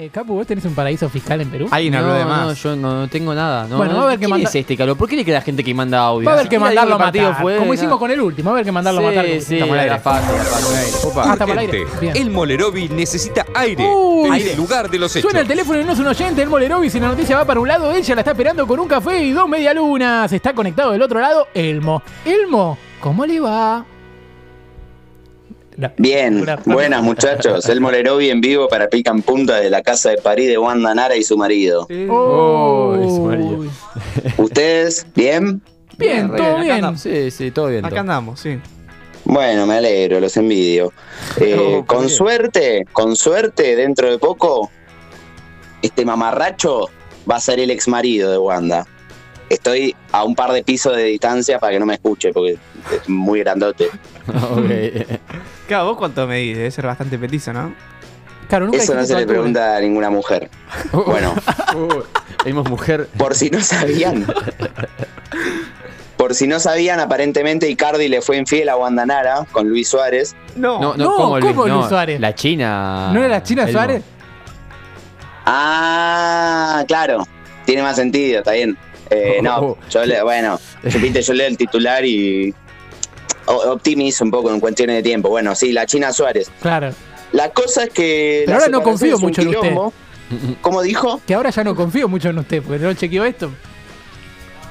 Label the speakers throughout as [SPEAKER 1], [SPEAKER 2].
[SPEAKER 1] Eh, Capu, ¿vos tenés un paraíso fiscal en Perú?
[SPEAKER 2] Alguien
[SPEAKER 3] no,
[SPEAKER 2] habló de más.
[SPEAKER 3] no, yo no, no tengo nada. No,
[SPEAKER 1] Bueno, va a haber que
[SPEAKER 3] ¿Quién
[SPEAKER 1] manda-
[SPEAKER 3] es este, Carlos? ¿Por qué le cree a la gente que manda audio?
[SPEAKER 1] Va a haber que
[SPEAKER 3] Ni siquiera
[SPEAKER 1] mandarlo a
[SPEAKER 3] digo qué partido
[SPEAKER 1] matar.
[SPEAKER 3] fue,
[SPEAKER 1] como
[SPEAKER 3] nada.
[SPEAKER 1] hicimos con el último, va a haber que mandarlo a matar.
[SPEAKER 3] Sí,
[SPEAKER 1] como
[SPEAKER 3] sí,
[SPEAKER 1] hicimos.
[SPEAKER 3] era fácil, era fácil.
[SPEAKER 1] Ah,
[SPEAKER 2] Opa.
[SPEAKER 1] estamos al aire.
[SPEAKER 4] Urgente.
[SPEAKER 1] Bien.
[SPEAKER 4] El Molerovi necesita aire
[SPEAKER 1] Uy.
[SPEAKER 4] en
[SPEAKER 1] Aire.
[SPEAKER 4] el lugar de los
[SPEAKER 3] Este
[SPEAKER 4] hechos.
[SPEAKER 1] Suena el teléfono y no es un oyente, el Molerovis y la noticia va para un lado, ella la está esperando con un café y dos medialunas. Está conectado del otro lado, Elmo. Elmo, ¿cómo le va? No.
[SPEAKER 5] Bien,
[SPEAKER 1] Una-
[SPEAKER 5] buenas muchachos. El Molerovi en vivo para Pica en Punta de la casa de París de Wanda Nara y su marido.
[SPEAKER 1] Oh.
[SPEAKER 3] Oh, es María.
[SPEAKER 5] ¿Ustedes? ¿Bien?
[SPEAKER 1] Bien,
[SPEAKER 3] Acá
[SPEAKER 1] todo bien.
[SPEAKER 3] andamos. Sí, sí, todo bien.
[SPEAKER 2] Acá
[SPEAKER 3] todo.
[SPEAKER 2] andamos, sí.
[SPEAKER 5] Bueno, me alegro, los envidio. Eh,
[SPEAKER 3] Oh,
[SPEAKER 5] con
[SPEAKER 3] bien.
[SPEAKER 5] suerte, con suerte, dentro de poco, este mamarracho va a ser el ex marido de Wanda. Estoy a un par de pisos de distancia para que no me escuche, porque es muy grandote.
[SPEAKER 3] Ok.
[SPEAKER 2] Claro, vos cuánto medís, debe ser bastante petizo, ¿no?
[SPEAKER 1] Claro, nunca
[SPEAKER 5] Eso no
[SPEAKER 1] dijiste
[SPEAKER 5] se
[SPEAKER 1] tu
[SPEAKER 5] le
[SPEAKER 1] altura.
[SPEAKER 5] pregunta a ninguna mujer. Bueno.
[SPEAKER 3] Uh, Hemos mujer.
[SPEAKER 5] Por si no sabían. Por si no sabían, aparentemente Icardi le fue infiel a Guandanara con Luis Suárez.
[SPEAKER 2] No.
[SPEAKER 3] No, no,
[SPEAKER 1] No,
[SPEAKER 3] ¿cómo, Luis?
[SPEAKER 1] ¿cómo Luis
[SPEAKER 3] No,
[SPEAKER 1] Suárez?
[SPEAKER 3] La China.
[SPEAKER 1] ¿No era la China
[SPEAKER 3] Elmo.
[SPEAKER 1] Suárez?
[SPEAKER 5] Ah, claro. Tiene más sentido, está bien. Eh, no,
[SPEAKER 1] Oh.
[SPEAKER 5] yo le- bueno, supiste, yo leo el titular y o- optimizo un poco en cuestiones de tiempo. Bueno, sí, la China Suárez.
[SPEAKER 1] Claro.
[SPEAKER 5] La cosa es que...
[SPEAKER 1] Pero
[SPEAKER 5] la
[SPEAKER 1] ahora no
[SPEAKER 5] separación
[SPEAKER 1] confío
[SPEAKER 5] es un
[SPEAKER 1] mucho en usted.
[SPEAKER 5] quilombo. ¿Cómo dijo?
[SPEAKER 1] Que ahora ya no confío mucho en usted, porque no chequeó esto.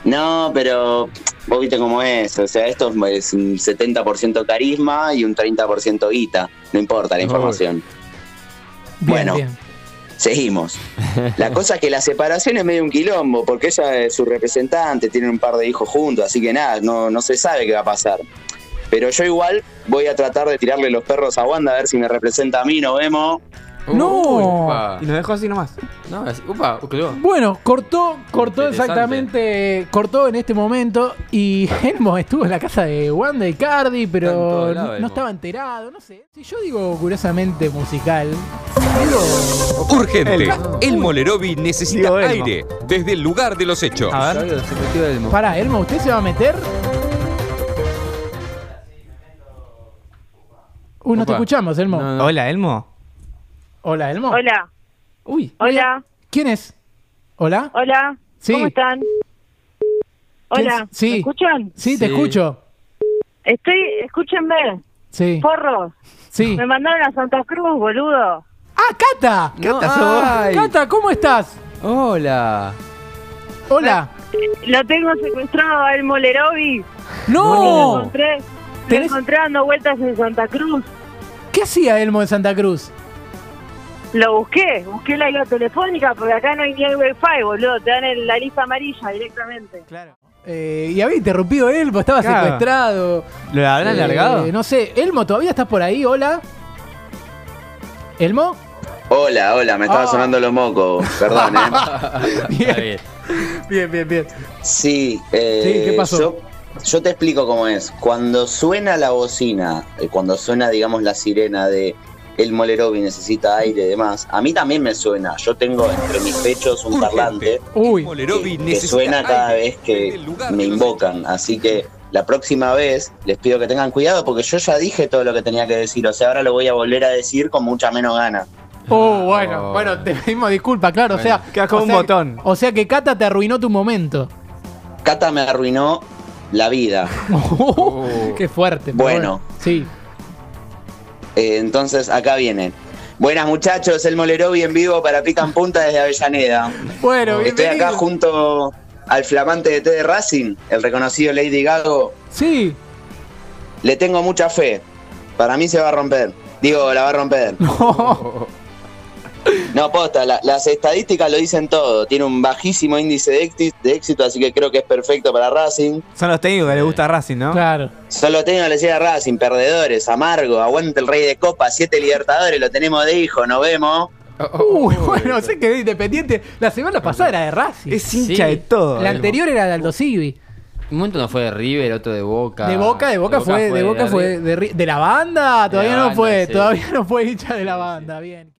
[SPEAKER 5] No, pero vos viste cómo es. O sea, esto es un 70% carisma y un 30% guita. No importa la información.
[SPEAKER 1] Bien,
[SPEAKER 5] Bueno.
[SPEAKER 1] bien.
[SPEAKER 5] Seguimos. La cosa es que la separación es medio un quilombo, porque ella es su representante, tienen un par de hijos juntos, así que nada, no, no se sabe qué va a pasar. Pero yo igual voy a tratar de tirarle los perros a Wanda a ver si me representa a mí, nos vemos.
[SPEAKER 1] No.
[SPEAKER 3] Uy, upa.
[SPEAKER 2] Y nos dejó así nomás.
[SPEAKER 3] No, así- upa, quedó.
[SPEAKER 1] Bueno, cortó, cortó
[SPEAKER 3] Interesante.
[SPEAKER 1] exactamente, cortó en este momento y Elmo estuvo en la casa de Wanda y Cardi,
[SPEAKER 3] Está en
[SPEAKER 1] pero
[SPEAKER 3] todo lado,
[SPEAKER 1] no,
[SPEAKER 3] Elmo.
[SPEAKER 1] estaba enterado, no sé. Si yo digo curiosamente musical, digo...
[SPEAKER 4] Urgente.
[SPEAKER 1] El-
[SPEAKER 4] El Molerovi necesita
[SPEAKER 2] Digo, Elmo.
[SPEAKER 4] aire desde el lugar de los hechos.
[SPEAKER 1] Ah,
[SPEAKER 2] A ver.
[SPEAKER 3] Sabio, se metió del mo-
[SPEAKER 1] Pará, Elmo, ¿usted se va a meter? Uy, Uh, no te
[SPEAKER 3] Opa.
[SPEAKER 1] escuchamos, Elmo.
[SPEAKER 3] No, no.
[SPEAKER 2] Hola, Elmo.
[SPEAKER 1] Hola, Elmo.
[SPEAKER 6] Hola,
[SPEAKER 1] Uy,
[SPEAKER 6] Hola.
[SPEAKER 1] ¿Quién es? ¿Hola?
[SPEAKER 6] hola.
[SPEAKER 1] Sí.
[SPEAKER 6] ¿Cómo están? Hola,
[SPEAKER 1] ¿Quién- sí.
[SPEAKER 6] ¿me escuchan?
[SPEAKER 1] Sí, te
[SPEAKER 3] Sí.
[SPEAKER 1] escucho.
[SPEAKER 6] Estoy, escúchenme,
[SPEAKER 1] Sí,
[SPEAKER 6] porros.
[SPEAKER 1] sí.
[SPEAKER 6] Me mandaron a Santa Cruz, boludo.
[SPEAKER 1] ¡Ah, Cata!
[SPEAKER 3] No,
[SPEAKER 2] Cata, sos vos.
[SPEAKER 3] ay.
[SPEAKER 1] Cata, ¿cómo estás?
[SPEAKER 3] Hola.
[SPEAKER 1] Hola.
[SPEAKER 6] Lo tengo secuestrado al Molerovi.
[SPEAKER 1] ¡No!
[SPEAKER 6] Lo encontré, lo
[SPEAKER 1] Oh. ¿Tenés-
[SPEAKER 6] encontré dando vueltas en Santa Cruz.
[SPEAKER 1] ¿Qué hacía Elmo en Santa Cruz?
[SPEAKER 6] Lo busqué, busqué la guía telefónica porque acá no hay ni el wifi, boludo. Te dan el- la lista amarilla directamente.
[SPEAKER 2] Claro.
[SPEAKER 1] Eh, y había interrumpido Elmo, estaba
[SPEAKER 2] Claro.
[SPEAKER 1] secuestrado.
[SPEAKER 2] ¿Lo habrán
[SPEAKER 1] Eh,
[SPEAKER 2] alargado?
[SPEAKER 1] No sé, Elmo, ¿todavía estás por ahí? Hola. ¿Elmo?
[SPEAKER 5] Hola, hola, me estaba
[SPEAKER 1] Ah.
[SPEAKER 5] sonando los mocos, perdón. ¿eh?
[SPEAKER 3] Está bien.
[SPEAKER 1] Bien, bien, bien.
[SPEAKER 5] Sí, eh,
[SPEAKER 1] Sí, ¿qué pasó?
[SPEAKER 5] Yo, yo te explico cómo es. Cuando suena la bocina, eh, cuando suena, digamos, la sirena de El Molerovi necesita aire y demás, a mí también me suena. Yo tengo entre mis pechos un
[SPEAKER 4] Urgente.
[SPEAKER 5] parlante.
[SPEAKER 4] El
[SPEAKER 1] Uy,
[SPEAKER 4] Molerovi
[SPEAKER 5] que
[SPEAKER 4] necesita
[SPEAKER 5] suena cada
[SPEAKER 4] aire
[SPEAKER 5] vez
[SPEAKER 4] en
[SPEAKER 5] que
[SPEAKER 4] el lugar
[SPEAKER 5] me
[SPEAKER 4] de los
[SPEAKER 5] invocan. Así que la próxima vez les pido que tengan cuidado porque yo ya dije todo lo que tenía que decir. O sea, ahora lo voy a volver a decir con mucha menos gana.
[SPEAKER 1] oh, bueno,
[SPEAKER 3] Oh.
[SPEAKER 1] bueno, te pedimos disculpas, claro,
[SPEAKER 3] Bueno,
[SPEAKER 1] o sea.
[SPEAKER 2] quedás como
[SPEAKER 1] o
[SPEAKER 2] un
[SPEAKER 1] sea-
[SPEAKER 2] botón.
[SPEAKER 1] O sea que Cata te arruinó tu momento.
[SPEAKER 5] Cata me arruinó la vida.
[SPEAKER 2] Oh.
[SPEAKER 1] Qué fuerte. pero
[SPEAKER 5] Bueno.
[SPEAKER 1] Sí.
[SPEAKER 5] Eh, entonces, acá vienen. Buenas muchachos, el Molerovi en vivo para Pican Punta desde Avellaneda.
[SPEAKER 1] Bueno,
[SPEAKER 5] Estoy
[SPEAKER 1] bienvenido.
[SPEAKER 5] acá junto al flamante de T de Racing, el reconocido Lady Gago.
[SPEAKER 1] Sí.
[SPEAKER 5] Le tengo mucha fe. Para mí se va a romper. Digo, la va a romper. No, posta, la- las estadísticas lo dicen todo. Tiene un bajísimo índice de, éxti- de éxito, así que creo que es perfecto para Racing.
[SPEAKER 2] Son los técnicos que le gusta a Racing, ¿no?
[SPEAKER 1] Claro.
[SPEAKER 5] Solo tengo le llega a Racing, perdedores, amargo, aguante el rey de copa, siete libertadores, lo tenemos de hijo, nos vemos.
[SPEAKER 2] Oh,
[SPEAKER 1] Uy, bueno, sé que de Independiente. La semana pasada era de Racing.
[SPEAKER 2] Es hincha
[SPEAKER 3] Sí.
[SPEAKER 2] de todo. ¿eh?
[SPEAKER 1] la
[SPEAKER 2] Elmo.
[SPEAKER 1] anterior era de Aldo Civi.
[SPEAKER 3] Un momento no fue de River, otro de Boca.
[SPEAKER 1] De Boca, de Boca, fue, de Boca fue, de, ri- de la banda, todavía
[SPEAKER 3] la
[SPEAKER 1] no
[SPEAKER 3] banda,
[SPEAKER 1] fue,
[SPEAKER 3] sí.
[SPEAKER 1] todavía no fue hincha de la banda, bien.